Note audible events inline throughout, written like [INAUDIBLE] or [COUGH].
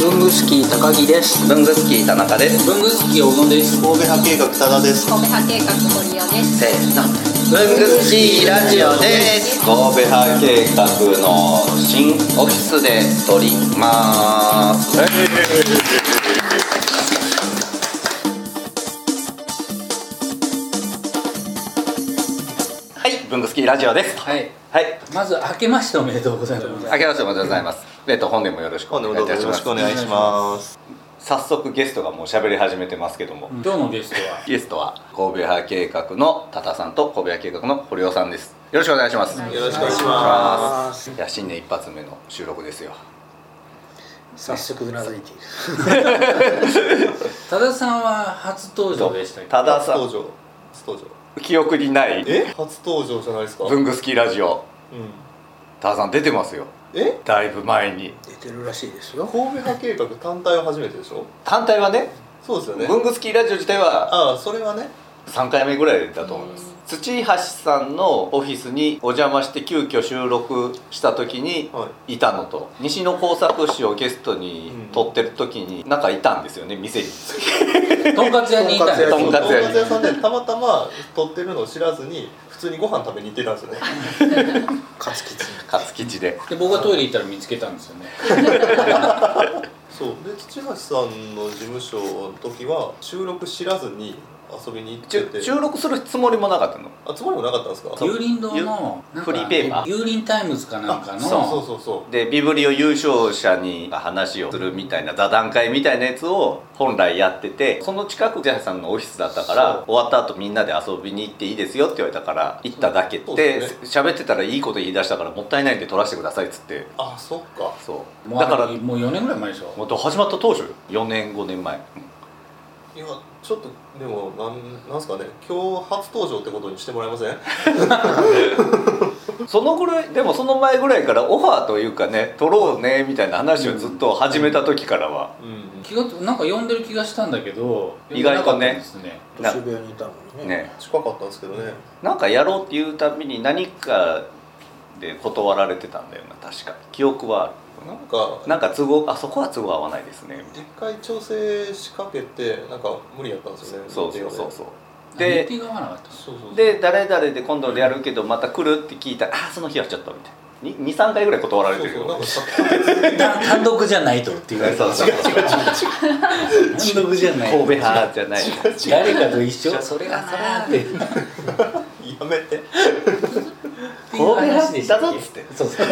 文具スキー高木です文具スキー田中です文具スキー小野です神戸派計画多田です神戸派計画堀尾です。せーの文具スキーラジオです神戸派計画の新オフィスで撮りますはい文具スキーラジオですはいはいまず明けましておめでとうございます明けましておめでとうございますえっと本年もよろしくお今度願もいどいうぞたよしろますしくお願いします早速ゲストがもう喋り始めてますけども、今日のゲストはゲストは神戸派計画の多田さんと神戸派計画の堀尾さんですよろしくお願いしますよろしくお願いしまますいや新年一発目の収録ですよ早速うなずいている多田さんは初登場でしたけど多田初さ登ん場初登場記憶にないえ初登場じゃないですかうん文具好きラジオ多田さん出てますよえだいぶ前に出てるらしいですよ神戸派計画単体は初めてでしょ単体はねそうですよね文具好きラジオ自体はああそれはね3回目ぐらいだと思います土橋さんのオフィスにお邪魔して急遽収録した時にはいいたのと西野工作師をゲストに撮ってる時になんかいたんですよね店にとんかつ屋にいたんでとんかつ屋にとんかつ屋さんでたまたま撮ってるのを知らずに普通にご飯食べに行ってたんですよねカツキツ勝吉でで僕がトイレ行ったら見つけたんですよねそうで土橋さんの事務所の時は収録知らずに遊びに行っちてゅて収録するつもりもなかったのあつまりもなかったんですか油林堂のなんかフリーペーパー油林タイムズかなんかのそうそうそうそうでビブリオ優勝者に話をするみたいな座談会みたいなやつを本来やっててその近くジャニーさんのオフィスだったからそう終わった後みんなで遊びに行っていいですよって言われたから行っただけそうでです喋、ってたらいいこと言い出したからもったいないんで撮らせてくださいっつってあそっかそうもうだからあれもう4年ぐらい前でしょもう始まった当初よ4年5年前いやちょっとでもなんなんすかね今日初登場ってことにしてもらえませんそのぐらいでもその前ぐらいからオファーというかね撮ろうねみたいな話をずっと始めた時からは、うん気がなんか呼んでる気がしたんだけど意外とね呼んでなかったんですねな渋谷にいたのにねね近かったんですけどねなんかやろうっていうたびに何かで断られてたんだよな確か記憶はあるなんかなんか都合あそこは都合合わないですねみたい一回調整仕掛けてなんか無理やったんですよねなそうそうそうそうそうでで気が合わなかったそうそうで誰々で今度やるけどまた来るって聞いたらあその日はちょっとみたいな23回ぐらい断られてるそうよそうなんかさ単単独じゃないとって言われたそうそう単独じゃない神戸派じゃない誰かと一緒それがなーって神やめて神戸派だぞっつってそうそう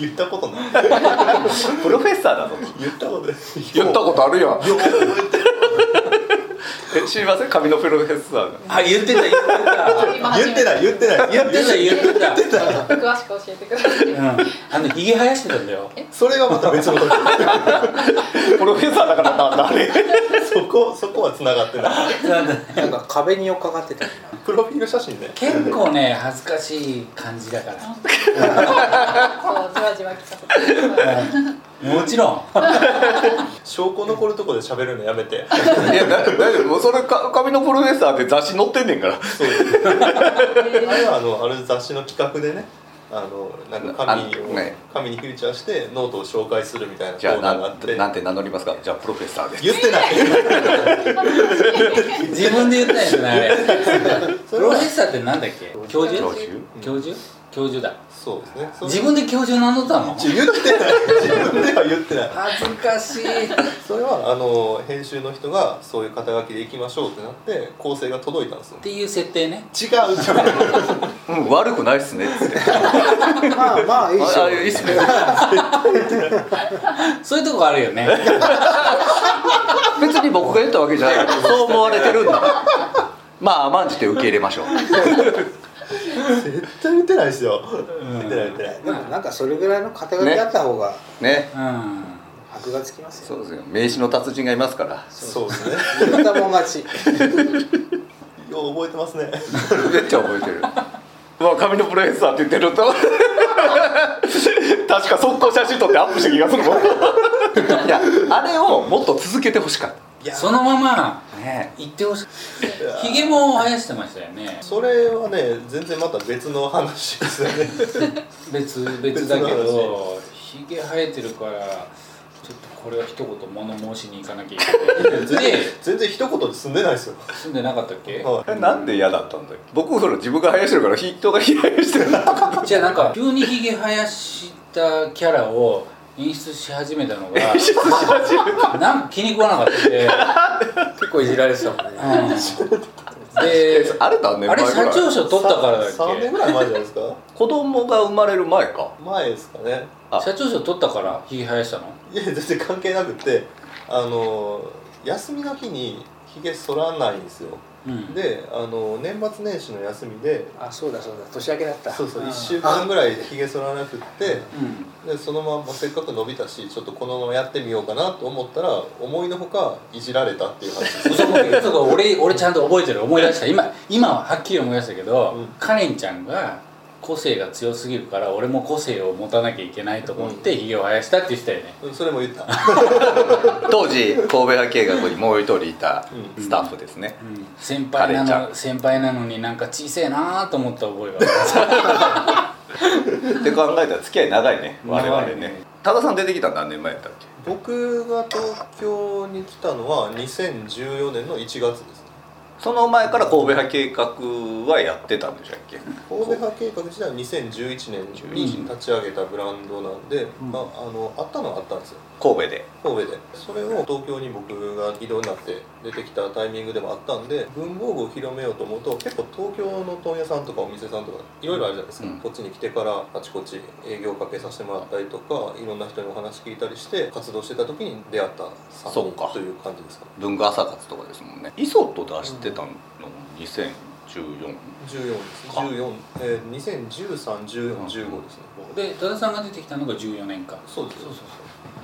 言ったことないプロフェッサーだぞ言ったことないことあるやん [LAUGHS] え知りません紙のプロフェッサーがあ言ってた言ってた言ってない言ってない言ってた言ってた [LAUGHS] 詳しく教えてくだ [LAUGHS] さい。うんあのひげ生やしてたんだよそれがまた別の時プロフェッサーだからなんだあれそこそこは繋がってないなんか壁によっかかってたよなプロフィール写真ね結構ね恥ずかしい感じだかそう、じわじわ聞かせてください。らもちろん証拠残るとこで喋るのやめていやだ大丈夫もうそれか紙のプロフェッサーって雑誌載ってんねん [LAUGHS] からそうあれはあのある雑誌の企画でねあのなんか紙あを、ね紙にフィーチャーしてノートを紹介するみたいなコじゃーあナなーがあってんなんて名乗りますかじゃあプロフェッサーです言ってない自分で言ったやつなあれプそれロはフェッサーってなんだっけ教授教授教授教授だそうですねそれ自分で教授名乗ったのちょ言ってない自分では言ってない恥ずかしいそれはあの編集の人がそういう肩書きでいきましょうってなって構成が届いたんですよっていう設定ね違う違ううん悪くないっすねっつってまあまあいいっしあょあいいっすねそういうとこあるよ [LAUGHS] ね別に僕が言ったわけじゃないそう思われてるんだ [LAUGHS] まあ甘んじて受け入れましょう絶対言ってないですよ言ってない言ってないでもなんかそれぐらいの肩書きあった方がねうん箔がつきますそよ、うですよ名刺の達人がいますからそうですね言ったもん勝ちよう覚えてますねめっちゃ覚えてるまあ紙のプロフェッサーって言ってると [LAUGHS] 確か速攻写真撮ってアップした気がするもん [LAUGHS] いやあれをもっと続けてほしかっいやそのままたね行ってほしいやひげも生やしてましたよねそれはね全然また別の話ですよね別別だけ別のどひげ生えてるからちょっとこれは一言物申しに行かなきゃいけ [LAUGHS] ない全然で全然一言で済んでないですよ住んでなかったっけはいえなんで嫌だったんだよ僕ほら自分が生やしてるから人が生やしてるなとか [LAUGHS] じゃあなんか急にひげ生やしたキャラを演出し始めたの [LAUGHS] がなんか気に食わなかったんで、結構いじられてたもんねうん、え [LAUGHS] であれだねあれ社長賞取ったからだっ3年けぐらい前じゃないですか子供が生まれる前か前ですかねあ社長賞取ったからひげ生やしたのいや全然関係なくてあの休みの日にひげ剃らないんですようんであの年末年始の休みであそうだそうだ年明けだったそうそうあ1週間ぐらいひげ剃らなくってうんでそのまませっかく伸びたしちょっとこのままやってみようかなと思ったら思いのほかいじられたっていう話です [LAUGHS] 嘘も言うとか俺俺ちゃんと覚えてる思い出した今今ははっきり思い出したけど、うんカレンちゃんが個性が強すぎるから俺も個性を持たなきゃいけないと思ってひげを生やしたって言ってたよねうんそれも言 [LAUGHS] った、当時神戸派計画にもう一人いたうんスタッフですね、先輩カレなンちの先輩なのになんか小せえなーと思った覚えがあるって考えたら付き合い長いね我々長いねね多田さん出てきたの何年前だったっけ僕が東京に来たのは2014年の1月ですねその前から神戸派計画はやってたんでしたっけ神戸派計画自体は2011年に立ち上げたブランドなんで、んまあ、あのあったのはあったんですよ神戸で神戸でそれを東京に僕が移動になって出てきたタイミングでもあったんで文房具を広めようと思うと結構東京の問屋さんとかお店さんとかいろいろあるじゃないですか、うんこっちに来てからあちこち営業かけさせてもらったりとかいろんな人にお話聞いたりして活動してた時に出会った3そうか人という感じですかね文具朝活とかですもんねイソット出してたのも2014 14ですか14、えー、20131415ですね、で多田さんが出てきたのが14年かそうですそうそう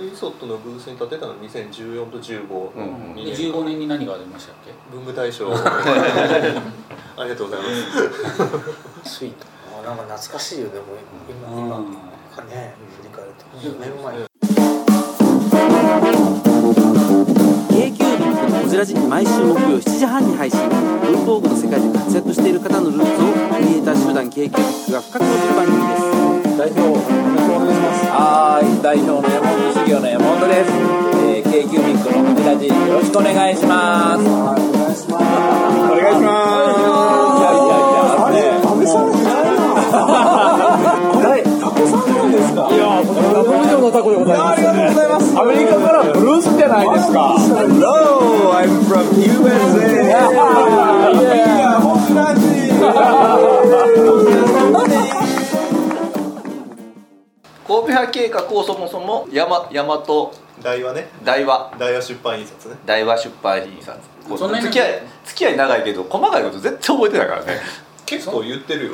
でイソットのブースに立てたのは2014と15、うんうんで15年に何がありましたっけ文具大 [LAUGHS] 賞ありがとうございますスイートあなんか懐かしいよねもう今うん今なんかね振り返ると10年前 k q b のこじらじ毎週木曜7時半に配信文房具の世界で活躍している方のルーツをクリエイター集団 k q b が深く落ちる番組です代表お願いしますはい代表の山本修行の山本です、えー、k q b のこじらじよろしくお願いしますお願いしますいやいやいやねありがとうございます。アメリカからブルースじゃないですか。Hello, I'm from USA. 神戸派計画をそもそも山大和台はね大和台は出版印刷ね大和出版印刷こうそんなに付き合い付き合い長いけど細かいこと絶対覚えてないからね結構言ってるよ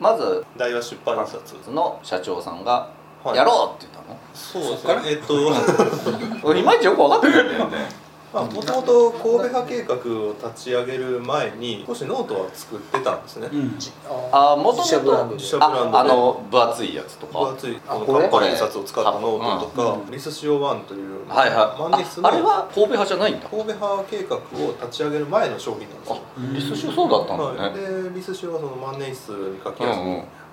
まず [LAUGHS] 台は出版印刷その社長さんが「はいやろう!」って言っそうですねえっと [LAUGHS] たの、俺いまいちよく分かってないんだよねまあもともと神戸派計画を立ち上げる前に少しノートは作ってたんですねうんああもと自社ブランドもで自社とブランドでああの分厚いやつと分か厚いあこのこれカッパの印刷を使ったノートとか、うんリスシオワンというはいはい万年筆ああれのは神戸派じゃないんだ神戸派計画を立ち上げる前の商品なんですよあリスシュそうだったんだはい、ね、でリスシオはその万年筆に書きやすく、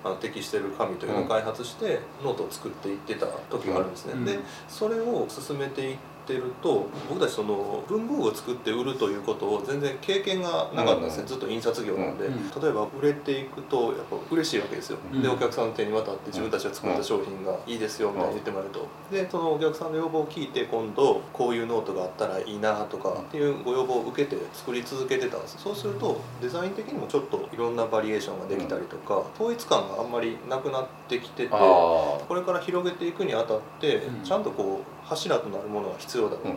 あの適してる紙というのを開発して、ノートを作っていってた時があるんですね、うんでそれを進めていってると僕たちその文房具を作って売るということを全然経験がなかったんですね、うんずっと印刷業なんで、うん例えば売れていくとやっぱ嬉しいわけですよ、うんでお客さんの手に渡って自分たちが作った商品がいいですよみたいに言ってもらえるとでそのお客さんの要望を聞いて今度こういうノートがあったらいいなとかっていうご要望を受けて作り続けてたんですそうするとデザイン的にもちょっといろんなバリエーションができたりとか統一感があんまりなくなってきててこああれから広げていくにあたってうんちゃんとこう柱となるものが必要だろう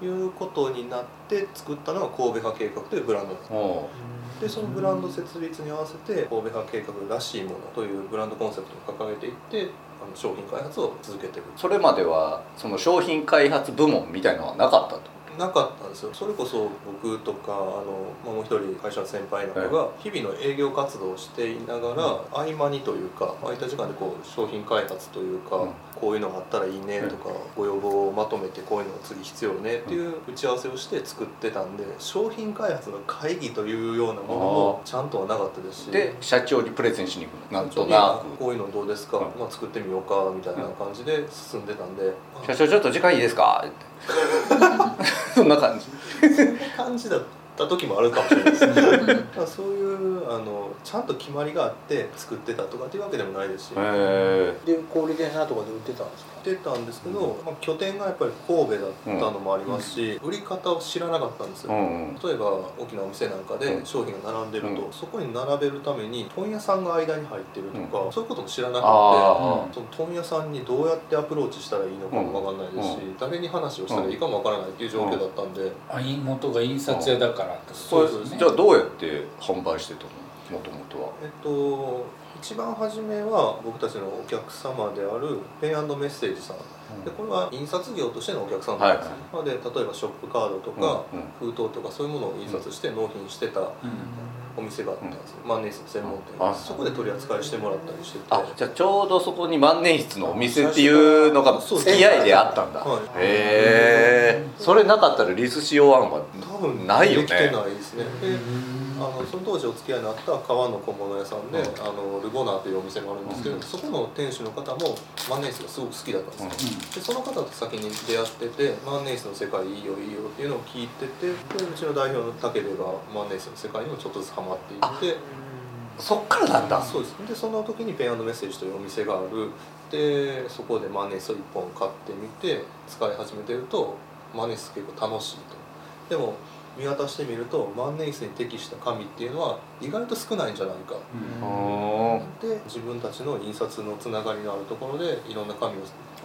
ということになって作ったのが神戸派計画というブランドなんですおでそのブランド設立に合わせて神戸派計画らしいものというブランドコンセプトを掲げていってあの商品開発を続けてるそれまではその商品開発部門みたいのはなかったとなかったんですよそれこそ僕とかあの、まあ、もう一人会社の先輩なんかが日々の営業活動をしていながら合間にというか空いた時間でこう商品開発というか、うんこういうのがあったらいいねとか、ご要望をまとめてこういうのが次必要ねっていう打ち合わせをして作ってたんで商品開発の会議というようなものもちゃんとはなかったですし。で社長にプレゼンしに行くのなんちょとっとなねこういうのどうですか、うんまあ、作ってみようかみたいな感じで進んでたんで、く「社長ちょっと時間いいですか?」 [LAUGHS] ってそんな感じ感じだった時もあるかもしれないですねだからそういうあのちゃんと決まりがあって作ってたとかっていうわけでもないですしへえで小売店さんとかで売ってたんですか出たんですけど、まあ、拠点がやっぱり神戸だったのもありますし、売り方を知らなかったんですよ、うんうん例えば大きなお店なんかでうん商品が並んでると、うそこに並べるために問屋さんが間に入ってるとか、うそういうことも知らなくてあその問屋さんにどうやってアプローチしたらいいのかもわかんないですし、誰に話をしたらいいかもわからないっていう状況だったんで、あ印元が印刷屋だからってあこそとうじゃあどうやって販売してたのもともとはえっと一番初めは僕たちのお客様であるペイメッセージさん、でこれは印刷業としてのお客様なんです、ねなので例えばショップカードとか、うんうん封筒とかそういうものを印刷して納品してたうんお店があったんですよ、万年筆の専門店、あそこで取り扱いしてもらったりしててあじゃあちょうどそこに万年筆のお店っていうのが付き合いであったんだはいへえそれなかったらリスしよう案は多分ないよねできてないですねであのその当時お付き合いのあった川の小物屋さんで、うんあのルボナーというお店があるんですけど、そこの店主の方も万年筆がすごく好きだったんですよ、でその方と先に出会ってて万年筆の世界いいよいいよっていうのを聞いててでうちの代表の武部が万年筆の世界にもちょっとずつハマっていってそっからなんだそうですでその時にペンメッセージというお店があるでそこでマネスを1本買ってみて使い始めてるとマネス結構楽しいとでも見渡してみると万年筆に適した紙っていうのは意外と少ないんじゃないかうんうんで自分たちの印刷のつながりのあるところでいろんな紙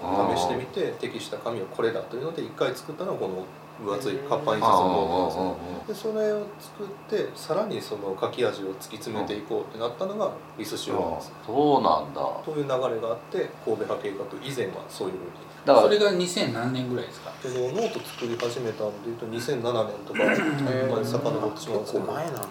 あをー試してみて適した紙はこれだというので1回作ったのがこの分厚い活版印刷のノートなんですよでそれを作ってさらにその書き味を突き詰めていこうってなったのがリスシューなんですよそうなんだという流れがあって神戸派計画以前はそういうだかそられが2000何年ぐらいですかふうにでノート作り始めたのでいうと2007年とかまで遡ってしまうんですけ結構ど前なんだ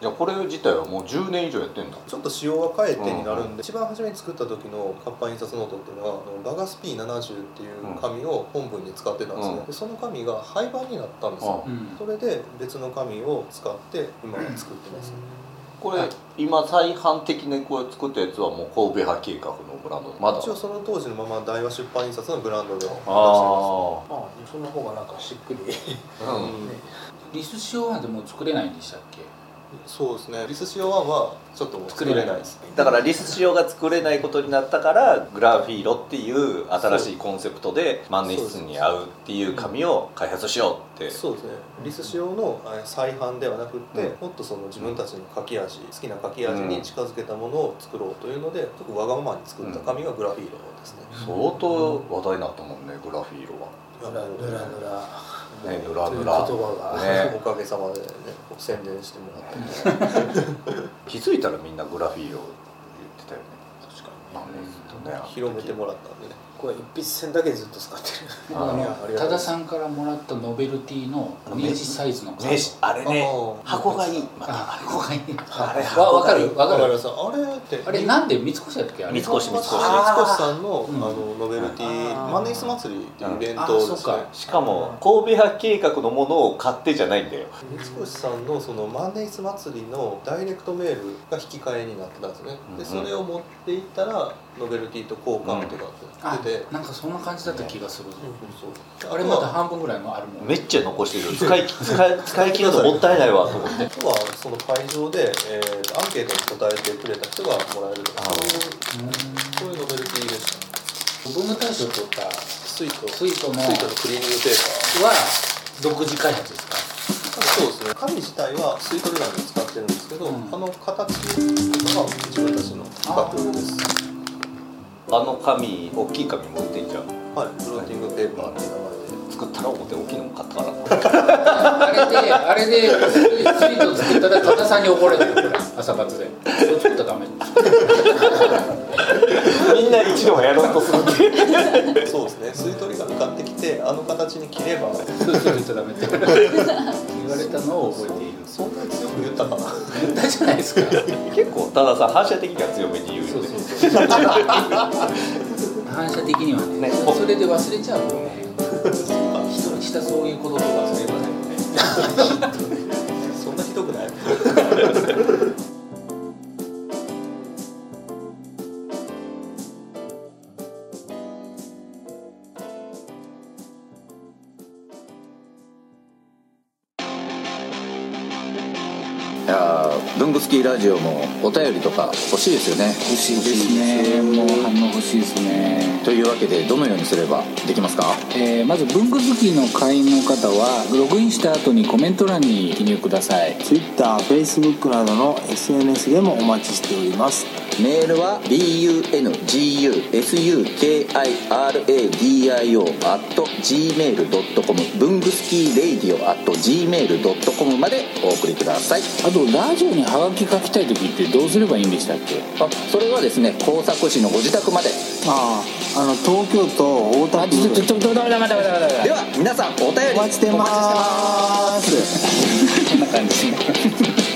じゃあこれ自体はもう10年以上やってんだちょっと仕様は変えてになるんで一番初めに作った時の活版印刷ノートっていうのはあのバガス P70 っていう紙を本文に使ってたんですねうんでその紙が廃盤になったんですよううんそれで別の紙を使って今は作ってますこれ今再販的にこう作ったやつはもう神戸派計画のブランドまだ一応その当時のまま大和出版印刷のブランドで出してあままあその方がなんかしっくりあすううんんリス塩はでも作れないんでしたっけそうですねリス塩ワンはちょっともう作れないですだからリス仕様が作れないことになったからグラフィーロっていう新しいコンセプトで万年筆に合うっていう紙を開発しようってそうですねリス仕様のえー再販ではなくって、うんもっとその自分たちの書き味、好きな書き味に近づけたものを作ろうというので、ちょっとわがままに作った紙がグラフィーロですね、相当話題になったもんねグラフィーロはぬらぬらぬらねぬらというぬ言ら葉が、ねおかげさまでねこう宣伝してもらって、気づいたらみんなグラフィーロ言ってたよね確かに万年筆とね広めてもらったんでねこれ一筆線だけずっと使ってるあーあのいやありがと多う田さんからもらったノベルティの明治サイズのカード名刺あれねあー箱がいいまたああここにあれわわかるわかわかりまるしたあれってあれなんで三越だっけあ三れ越三越三越三越さんの,、うんあのノベルティあーマネース祭りっていうイベンあトですそねうかしかも神戸派計画のものを買ってじゃないんだよ三越さんのその万年筆祭りのダイレクトメールが引き換えになってたんですね、うんうんでそれを持っていったらノベルティと交換とかあって出て、なんかそんな感じだった気がするそうあれまだ半分ぐらいもあるもんめっちゃ残してる使い使い使い切るのもったいないわと思って [LAUGHS] あとはその会場で、えーアンケートに答えてくれた人がもらえるとかあそういうそういうノベルティでしたね文具大賞取った水素水素の水素のクリーニングペーは独自開発ですかパーそうですね紙自体は水素ルランで使ってるんですけど、うんあの形とかは自分たちの企画ですあの紙大きい紙持ってんじゃんはいフローティングペーパーって名前で作ったら表大きいのも買ったからあれであれでスイート作ったら多田さんに怒られてるこれ朝活でそれ作ったらダメみんな一度はやろうとするっていうそうですね吸い取りが買ってきてあの形に切ればそうするとダメって [LAUGHS] 言われたのを覚えているそんなに強く言ったかな [LAUGHS] [LAUGHS] 言ったじゃないですか [LAUGHS] 結構たださん反射的には強めに言うよねそうそうそう反射的にはねねそれで忘れちゃうよ [LAUGHS] ね人にしたそういうことと忘れませんねそんなひどくないいやーブングスキーラジオもお便りとか欲しいですよね欲しいですねもう反応欲しいですねというわけでどのようにすればできますかえーまず文具好きの会員の方はログインした後にコメント欄に記入ください TwitterFacebook などの SNS でもお待ちしておりますメールは bungusukiradio.gmail.com 文具スキー radio.gmail.com までお送りくださいあとラジオにハガキ書きたい時ってどうすればいいんでしたっけあそれはですね工作士のご自宅まであああの東京都大田あ区ちょちょちょちょダメダメダメダメダメでは皆さんお便りお待ちしてますお待ちしこてますんな感じ